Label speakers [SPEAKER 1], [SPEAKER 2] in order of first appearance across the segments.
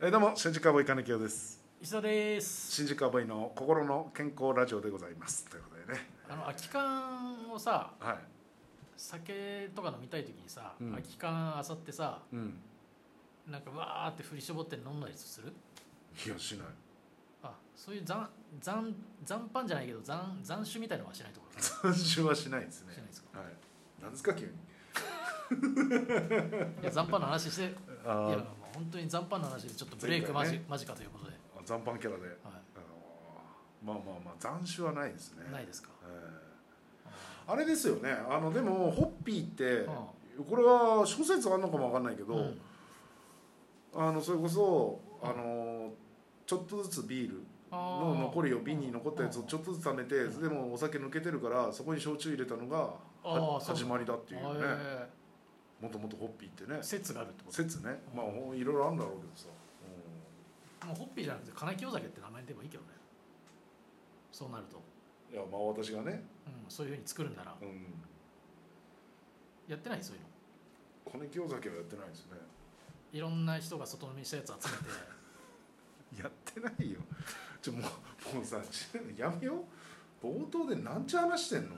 [SPEAKER 1] えーどうも新宿アボイ金城です
[SPEAKER 2] 石田です
[SPEAKER 1] 新宿アボイの心の健康ラジオでございますということでね
[SPEAKER 2] あの空き缶をさ
[SPEAKER 1] はい
[SPEAKER 2] 酒とか飲みたい時にさ、
[SPEAKER 1] うん
[SPEAKER 2] 空き缶あさってさ
[SPEAKER 1] うん
[SPEAKER 2] なんかわーって振り絞って飲んだりする
[SPEAKER 1] いやしない
[SPEAKER 2] あそういう残残残飯じゃないけど残残酒みたいのはしないところ
[SPEAKER 1] 参集は しないですね
[SPEAKER 2] しないですか
[SPEAKER 1] はいなんですか急に
[SPEAKER 2] いや残飯の話していやもう
[SPEAKER 1] あ
[SPEAKER 2] 本当に残飯の話でちょっとブレイク
[SPEAKER 1] 前
[SPEAKER 2] 間
[SPEAKER 1] 回ね
[SPEAKER 2] 近、間近ということで、
[SPEAKER 1] あ残飯キャラで
[SPEAKER 2] は
[SPEAKER 1] あのーまあまあまあ残酒はないですね
[SPEAKER 2] い、ないですか、
[SPEAKER 1] えーあれですよねあのでもホッピーって
[SPEAKER 2] うん
[SPEAKER 1] これは諸説あんのかもわかんないけど、
[SPEAKER 2] うん
[SPEAKER 1] あのそれこそ
[SPEAKER 2] うん
[SPEAKER 1] あのーちょっとずつビール
[SPEAKER 2] あー
[SPEAKER 1] の残りを瓶に残ったやつをちょっとずつ貯めて
[SPEAKER 2] うん
[SPEAKER 1] でもお酒抜けてるからそこに焼酎入れたのがは
[SPEAKER 2] あーそう
[SPEAKER 1] 始まりだっていうね
[SPEAKER 2] へ
[SPEAKER 1] もともとホッピーってね
[SPEAKER 2] ー説があるってこと
[SPEAKER 1] 説ねまあいろいろあるんだろうけどさ、
[SPEAKER 2] もうホッピーじゃなくて金清酒って名前でもいいけどねそうなると、
[SPEAKER 1] うん、いやまあ私がね、
[SPEAKER 2] うん、そういうふうに作るんなら
[SPEAKER 1] うん、
[SPEAKER 2] やってないそういうの
[SPEAKER 1] 金清酒はやってないですね
[SPEAKER 2] いろんな人が外飲みしたやつ集めて
[SPEAKER 1] やってないよちょもうもうさちやめよう冒頭でなんちゅう話してんの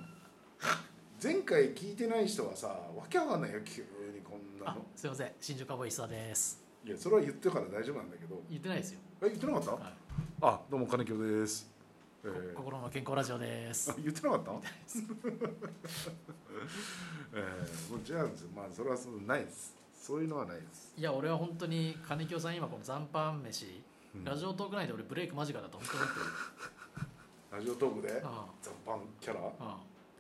[SPEAKER 1] 前回聞いてない人はさわけわかんないよ急にこんな
[SPEAKER 2] あ
[SPEAKER 1] の
[SPEAKER 2] すいません新宿アボイスタです
[SPEAKER 1] いやそれは言ってから大丈夫なんだけど
[SPEAKER 2] 言ってないですよ、
[SPEAKER 1] え言ってなかった、
[SPEAKER 2] はい
[SPEAKER 1] あどうも金京です、え
[SPEAKER 2] こ
[SPEAKER 1] ー
[SPEAKER 2] 心の健康ラジオです
[SPEAKER 1] あ言ってなかったえーもうじゃあまあそれはそのないですそういうのはないです、
[SPEAKER 2] いや俺は本当に金清さん今この残飯飯、
[SPEAKER 1] うん
[SPEAKER 2] ラジオトーク内で俺ブレイク間近だと本当に思ってる
[SPEAKER 1] ラジオトークで
[SPEAKER 2] あ
[SPEAKER 1] 残飯キャラ
[SPEAKER 2] あああ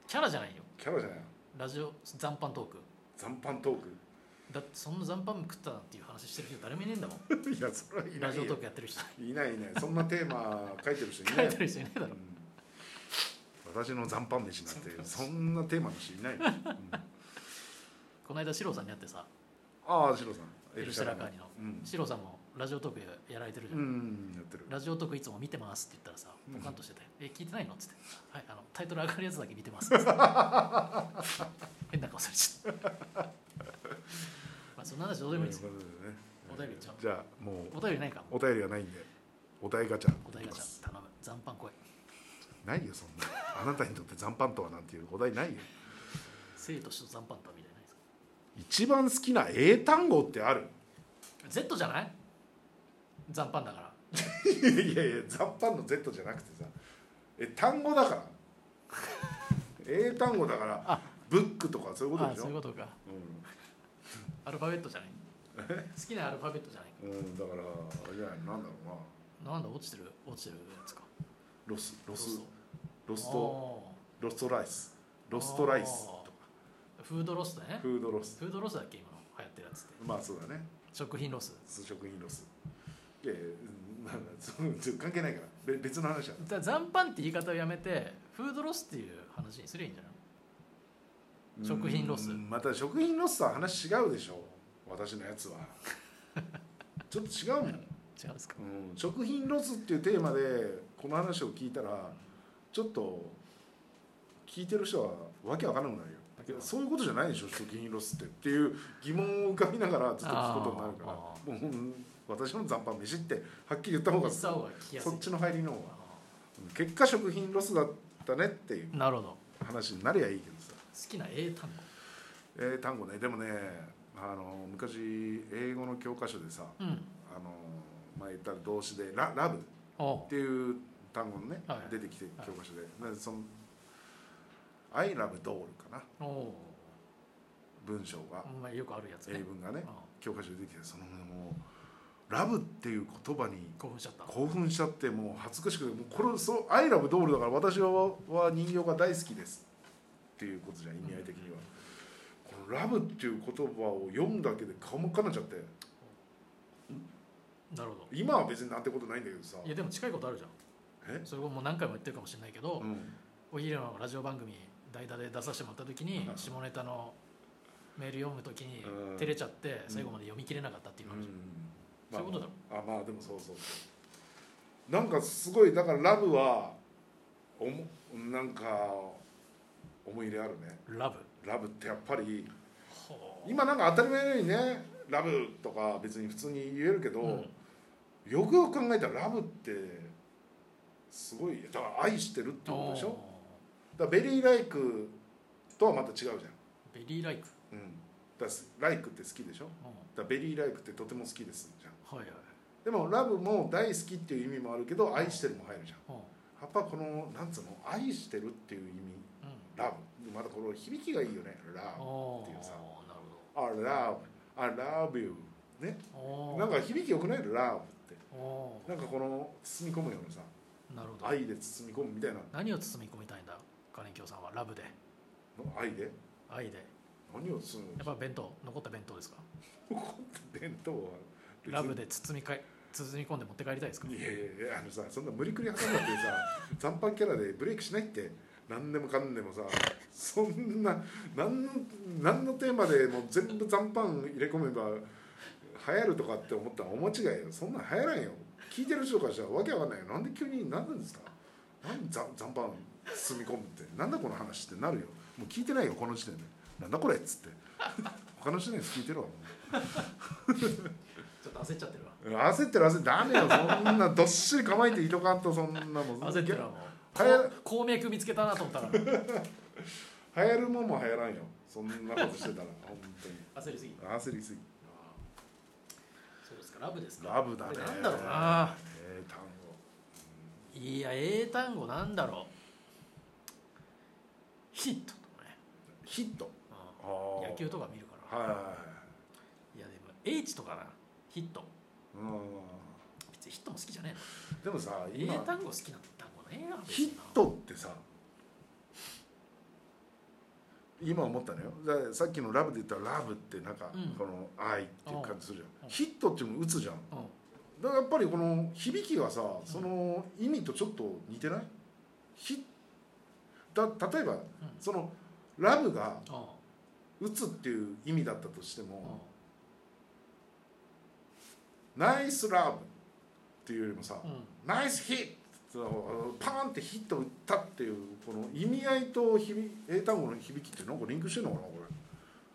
[SPEAKER 2] キャラじゃないよ
[SPEAKER 1] キャラじゃない
[SPEAKER 2] ラジオ残飯トーク
[SPEAKER 1] 残飯トーク
[SPEAKER 2] だってそんな残飯食ったなんていう話してる人誰もいねえんだもん
[SPEAKER 1] いやそれはい
[SPEAKER 2] ラ
[SPEAKER 1] な
[SPEAKER 2] ジオ
[SPEAKER 1] い
[SPEAKER 2] ト
[SPEAKER 1] よ
[SPEAKER 2] ークやってる人
[SPEAKER 1] いないいないそんなテーマ書いてる人い
[SPEAKER 2] 書
[SPEAKER 1] ないい
[SPEAKER 2] てる人いないだろ
[SPEAKER 1] うん私の残飯飯なんてそんなテーマの人いない、うん
[SPEAKER 2] この間四郎さんに会ってさ
[SPEAKER 1] ああシロさん
[SPEAKER 2] エルシャラカーニの
[SPEAKER 1] うん、
[SPEAKER 2] 四郎さんもラジオトークやられてるじゃ、
[SPEAKER 1] うんん、やってる
[SPEAKER 2] ラジオトークいつも見てますって言ったらさ
[SPEAKER 1] うん
[SPEAKER 2] ポカンとしてて「え聞いてないの?」っつって「はいあのタイトル上がるやつだけ見てま す」っつって変な顔されちゃったまあそんな話どうでもいいですよ
[SPEAKER 1] とうことでね
[SPEAKER 2] お便りいっちゃおう
[SPEAKER 1] じゃあもう
[SPEAKER 2] お便りないか
[SPEAKER 1] お便りはないんでお便りガチャ
[SPEAKER 2] お題がじゃん頼む残飯来い
[SPEAKER 1] ないよそんなあなたにとって残飯とはなんていうお題ないよ
[SPEAKER 2] 生と死と残飯とはみたいなやつ
[SPEAKER 1] 一番好きな英単語ってある
[SPEAKER 2] Z じゃない残飯だから
[SPEAKER 1] いやいやいや残飯の Z じゃなくてさえ単語だから英単語だからブックとかそういうこと
[SPEAKER 2] あ
[SPEAKER 1] でしょ
[SPEAKER 2] そういうことかアルファベットじゃない好きなアルファベットじゃない
[SPEAKER 1] うん、うん、だからあれじゃないなんだろうな
[SPEAKER 2] なんだ落ちてる落ちてるやつか
[SPEAKER 1] ロスロスロ
[SPEAKER 2] ロ
[SPEAKER 1] ストロストライスロストライス
[SPEAKER 2] フードロスだね
[SPEAKER 1] フードロス
[SPEAKER 2] フードロスだっけ今の流行ってるやつって
[SPEAKER 1] まあそうだね
[SPEAKER 2] 食品ロス
[SPEAKER 1] 食品ロスいやいやうんなんだそう関係ないからべ別の話だ
[SPEAKER 2] だ残飯って言い方をやめてフードロスっていう話にすりゃいいんじゃない食品ロス
[SPEAKER 1] うんまた食品ロスとは話違うでしょ私のやつ はちょっと違うもん、
[SPEAKER 2] 違うんですか
[SPEAKER 1] うん食品ロスっていうテーマでこの話を聞いたらちょっと聞いてる人はわけわからなくなるよいやそういうことじゃないでしょ食品ロスってっていう疑問を浮かびながらずっと聞くことになるから
[SPEAKER 2] あ
[SPEAKER 1] もううん私の残飯飯ってはっきり言った方が
[SPEAKER 2] 言った方が聞きやすい
[SPEAKER 1] そっちの入りの方がうん結果食品ロスだったねっていう
[SPEAKER 2] なるほど好
[SPEAKER 1] 話になりゃいいけどさ
[SPEAKER 2] きな英単
[SPEAKER 1] 英単語ねでもねあの昔英語の教科書でさ
[SPEAKER 2] 語うん
[SPEAKER 1] あの前言った動詞でラ「ラブ」
[SPEAKER 2] お
[SPEAKER 1] っていう単語のね、
[SPEAKER 2] はい
[SPEAKER 1] 出てきて
[SPEAKER 2] はい
[SPEAKER 1] 教科書で、でその「I love ドール」かな
[SPEAKER 2] おお
[SPEAKER 1] 文章が
[SPEAKER 2] お前よくあるやつ
[SPEAKER 1] 英
[SPEAKER 2] ね
[SPEAKER 1] 文がね
[SPEAKER 2] あ
[SPEAKER 1] 教科書で出てきてそのねもう「ラブ」っていう言葉に
[SPEAKER 2] 興奮しちゃった
[SPEAKER 1] 興奮しちゃってもう恥ずかしくてもうこれそう「I love ドール」だから私はは人形が大好きですっていうことじゃん意味合い的には、この「ラブ」っていう言葉を読むだけで顔真っ赤になっちゃって
[SPEAKER 2] なるほど
[SPEAKER 1] 今は別になんてことないんだけどさ
[SPEAKER 2] いやでも近いことあるじゃん
[SPEAKER 1] え
[SPEAKER 2] それももう何回も言ってるかもしれないけど、
[SPEAKER 1] うん
[SPEAKER 2] お昼のラジオ番組代打で出させてもらった時に
[SPEAKER 1] うん
[SPEAKER 2] 下ネタのメール読む時に
[SPEAKER 1] うん
[SPEAKER 2] 照れちゃって最後まで読み切れなかったっていう話、そういうことだろ
[SPEAKER 1] あまあでもそうそうそうなんかすごいだから「ラブは」おもなんか思い入れあるね
[SPEAKER 2] ラブ
[SPEAKER 1] 「ラブ」ってやっぱり
[SPEAKER 2] ほう
[SPEAKER 1] 今なんか当たり前のようにね「ラブ」とか別に普通に言えるけど、
[SPEAKER 2] うん
[SPEAKER 1] よくよく考えたらラブってすごいだから愛してるってことでしょだからベリーライクとはまた違うじゃん、うん、
[SPEAKER 2] ベリーライク、
[SPEAKER 1] だからライクって好きでしょだか
[SPEAKER 2] う
[SPEAKER 1] らベリーライクってとても好きですじゃん
[SPEAKER 2] ん、はいはい、
[SPEAKER 1] でもラブも大好きっていう意味もあるけど愛してるも入るじゃん
[SPEAKER 2] うんうん、
[SPEAKER 1] やっぱこのなんつうの愛してるっていう意味ラブまたこの響きがいいよねラ
[SPEAKER 2] お
[SPEAKER 1] っていうさ
[SPEAKER 2] なる
[SPEAKER 1] ブ I love I love you ね
[SPEAKER 2] ほど
[SPEAKER 1] なんか響きよくないラブって
[SPEAKER 2] お
[SPEAKER 1] なんかこの包み込むようなさ
[SPEAKER 2] なるほど
[SPEAKER 1] 愛で包み込むみたいな
[SPEAKER 2] 何を包み込みたいんだ金京さんはラブで
[SPEAKER 1] の愛で
[SPEAKER 2] 愛で
[SPEAKER 1] 何を包む
[SPEAKER 2] やっぱ弁当残った弁当ですか
[SPEAKER 1] 弁当は別に
[SPEAKER 2] ラブで包みかえ包み込んで持って帰りたいですか
[SPEAKER 1] いやいやいやあのさそんな無理くり挟んだってさ 残飯キャラでブレイクしないって何でもかんでもさそんな何何のテーマでも全部残飯入れ込めば流行るとかって思ったら大間違いよそんなん流行らんよ聞いてる人からしたらわけわかんないよなんで急に何なんですか何残残飯包み込むってなんだこの話ってなるよもう聞いてないよこの時点でなんだこれっつって他の人のやつ聞いてるわもう
[SPEAKER 2] ちょっと焦っちゃってるわ
[SPEAKER 1] 焦ってる焦ってるダメよそんなどっしり構えていとかんとそんなもん
[SPEAKER 2] 焦ってるわも
[SPEAKER 1] はや
[SPEAKER 2] うこう鉱脈見つけたなと思った ら
[SPEAKER 1] 流行るもんも流行らんよそんなことしてたら本
[SPEAKER 2] 焦りすぎ
[SPEAKER 1] 当に焦りすぎ
[SPEAKER 2] そうですかラブですか
[SPEAKER 1] ラブだね
[SPEAKER 2] これなんだろうな
[SPEAKER 1] ええ単語
[SPEAKER 2] いや英単語なんだろうヒットとかね、
[SPEAKER 1] ヒット
[SPEAKER 2] う
[SPEAKER 1] あ
[SPEAKER 2] ん
[SPEAKER 1] ー
[SPEAKER 2] 野球とか見るから
[SPEAKER 1] はいはいはい
[SPEAKER 2] いやでも H とかなヒット
[SPEAKER 1] う
[SPEAKER 2] 別にヒットも好きじゃ
[SPEAKER 1] ん
[SPEAKER 2] ね
[SPEAKER 1] でもさ
[SPEAKER 2] え
[SPEAKER 1] 今
[SPEAKER 2] な英単語好きなん単語ねえな別
[SPEAKER 1] ヒ
[SPEAKER 2] に
[SPEAKER 1] ットってさ今思ったのよだからさっきのラブで言ったらラブってなんか、
[SPEAKER 2] うん
[SPEAKER 1] この愛っていう感じするじゃん、
[SPEAKER 2] うん
[SPEAKER 1] ヒットっていうのも打つじゃん
[SPEAKER 2] うん
[SPEAKER 1] だからやっぱりこの響きがさその意味とちょっと似てないひだ例えばそのラブが
[SPEAKER 2] うんう
[SPEAKER 1] 打
[SPEAKER 2] ん
[SPEAKER 1] つっていう意味だったとして
[SPEAKER 2] うん
[SPEAKER 1] もナイスラブっていうよりもさ
[SPEAKER 2] うん
[SPEAKER 1] ナイスヒットパーンってヒット打ったっていうこの意味合いと響き英単語の響きってなんかリンクしてるのかなこ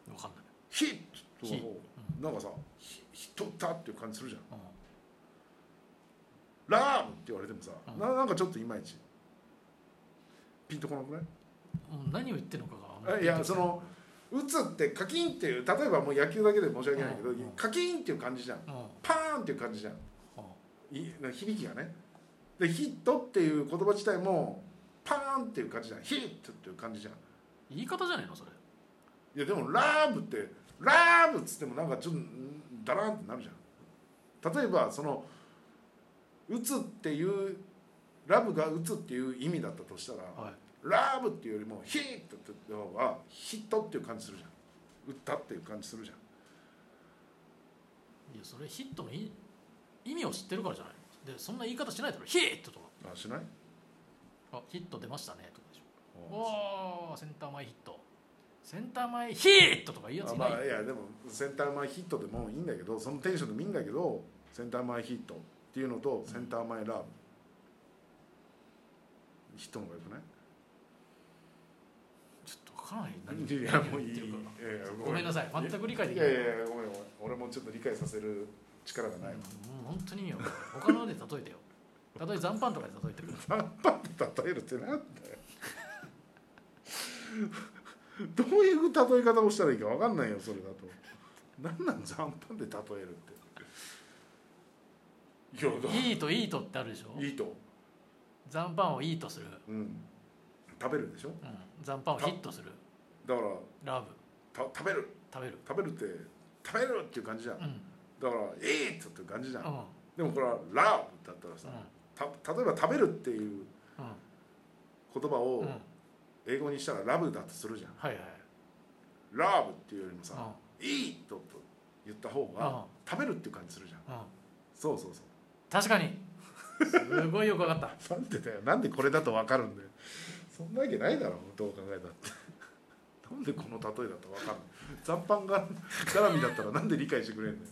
[SPEAKER 1] れ
[SPEAKER 2] 分かんない
[SPEAKER 1] ヒット
[SPEAKER 2] ヒッ
[SPEAKER 1] となんかさヒヒット打ったっていう感じするじゃん
[SPEAKER 2] うん
[SPEAKER 1] ラブって言われてもさ
[SPEAKER 2] うん
[SPEAKER 1] ななんかちょっといまいちピンとこなくない
[SPEAKER 2] もう何を言ってるのかがあんま
[SPEAKER 1] あ
[SPEAKER 2] り
[SPEAKER 1] いやその打つってカキンっていう例えばもう野球だけで申し訳ないけど、
[SPEAKER 2] うん
[SPEAKER 1] カキンっていう感じじゃん
[SPEAKER 2] うんうん
[SPEAKER 1] パーンっていう感じじゃんいなんか響きがねでヒットっていう言葉自体もパーンっていう感じじゃんヒットっていう感じじゃん
[SPEAKER 2] 言い方じゃないのそれ
[SPEAKER 1] いやでもラーブってラーブっつってもなんかちょっとんダラーンってなるじゃん例えばその打つっていうラブが打つっていう意味だったとしたら、
[SPEAKER 2] はい
[SPEAKER 1] ラブっていうよりもヒットって言った方がヒットっていう感じするじゃん打ったっていう感じするじゃん
[SPEAKER 2] いやそれヒットのい意味を知ってるからじゃないでそんな言い方しないだろヒットとか
[SPEAKER 1] あしない
[SPEAKER 2] あヒット出ましたねとかでしょ
[SPEAKER 1] あ
[SPEAKER 2] おーセンター前ヒットセンター前ヒットとか言うやついない
[SPEAKER 1] まあいやでもセンター前ヒットでもいいんだけどそのテンションでもいいんだけどセンター前ヒットっていうのとセンター前ラブ、ヒットの方がよくない
[SPEAKER 2] ちょっと分からない何
[SPEAKER 1] いやもういい
[SPEAKER 2] 言ってるか
[SPEAKER 1] いやいや
[SPEAKER 2] ごめんなさい全く理解できない
[SPEAKER 1] やいやいやごめんごめん俺もちょっと理解させる力がないわ
[SPEAKER 2] うんもう本当に意味わかんない他ので例えてよ例え残飯とかで例えてる
[SPEAKER 1] 例えるってなんだよどういう例え方をしたらいいかわかんないよそれだと何なん残飯で例えるっていやだ
[SPEAKER 2] イートイートってあるでしょ
[SPEAKER 1] いいと、
[SPEAKER 2] 残飯をイートする、
[SPEAKER 1] うん、食べるでしょ
[SPEAKER 2] うん、残飯をヒットする
[SPEAKER 1] だから
[SPEAKER 2] ラブ
[SPEAKER 1] た食べる
[SPEAKER 2] 食べる
[SPEAKER 1] 食べるって食べるっていう感じじゃん
[SPEAKER 2] うんうん
[SPEAKER 1] だから「ええ!」っていう感じじゃ
[SPEAKER 2] うんん
[SPEAKER 1] でもこれは「ラブ」だったらさた例えば「食べる」っていう言葉
[SPEAKER 2] うんう
[SPEAKER 1] を
[SPEAKER 2] んはい
[SPEAKER 1] 英語にしたら「ラブ」だとするじゃん
[SPEAKER 2] はい
[SPEAKER 1] 「ラブ」っていうよりも
[SPEAKER 2] う
[SPEAKER 1] さ
[SPEAKER 2] ん
[SPEAKER 1] 「いい!」と言った方
[SPEAKER 2] う
[SPEAKER 1] が
[SPEAKER 2] ん
[SPEAKER 1] 食べるっていう感じするじゃん
[SPEAKER 2] うん
[SPEAKER 1] そうそうそ
[SPEAKER 2] 確かにすごいよくわかった
[SPEAKER 1] うなんでだよなんでこれだと分かるんだよそんなわけないだろどう考えたって なんでこの例えだと分かる残飯が 絡みだったらなんで理解してくれん のよ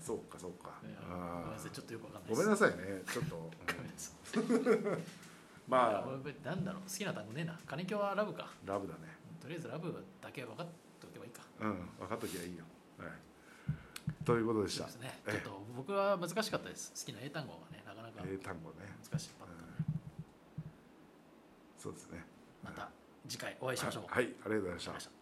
[SPEAKER 1] そうかそうか
[SPEAKER 2] いやごめん
[SPEAKER 1] あ
[SPEAKER 2] なさい
[SPEAKER 1] ー
[SPEAKER 2] ちょっとよくわかんない
[SPEAKER 1] ご
[SPEAKER 2] です
[SPEAKER 1] めんなさいねちょっと、うん
[SPEAKER 2] ごめんなさい
[SPEAKER 1] まあ
[SPEAKER 2] いやなんだろう好きな単語ねえな金京はラブか
[SPEAKER 1] ラブだね
[SPEAKER 2] とりあえずラブだけ分かっておけばいいか
[SPEAKER 1] うん分かっときゃいいよ、はい、ということでした
[SPEAKER 2] そうですね
[SPEAKER 1] え
[SPEAKER 2] ちょっと僕は難しかったです好きな英単語がねなかなか
[SPEAKER 1] 英単語ね、
[SPEAKER 2] 難しい
[SPEAKER 1] うんそうですね
[SPEAKER 2] また次回お会いしましょう、
[SPEAKER 1] はいありがとうございまし
[SPEAKER 2] あ
[SPEAKER 1] た
[SPEAKER 2] りがとうございました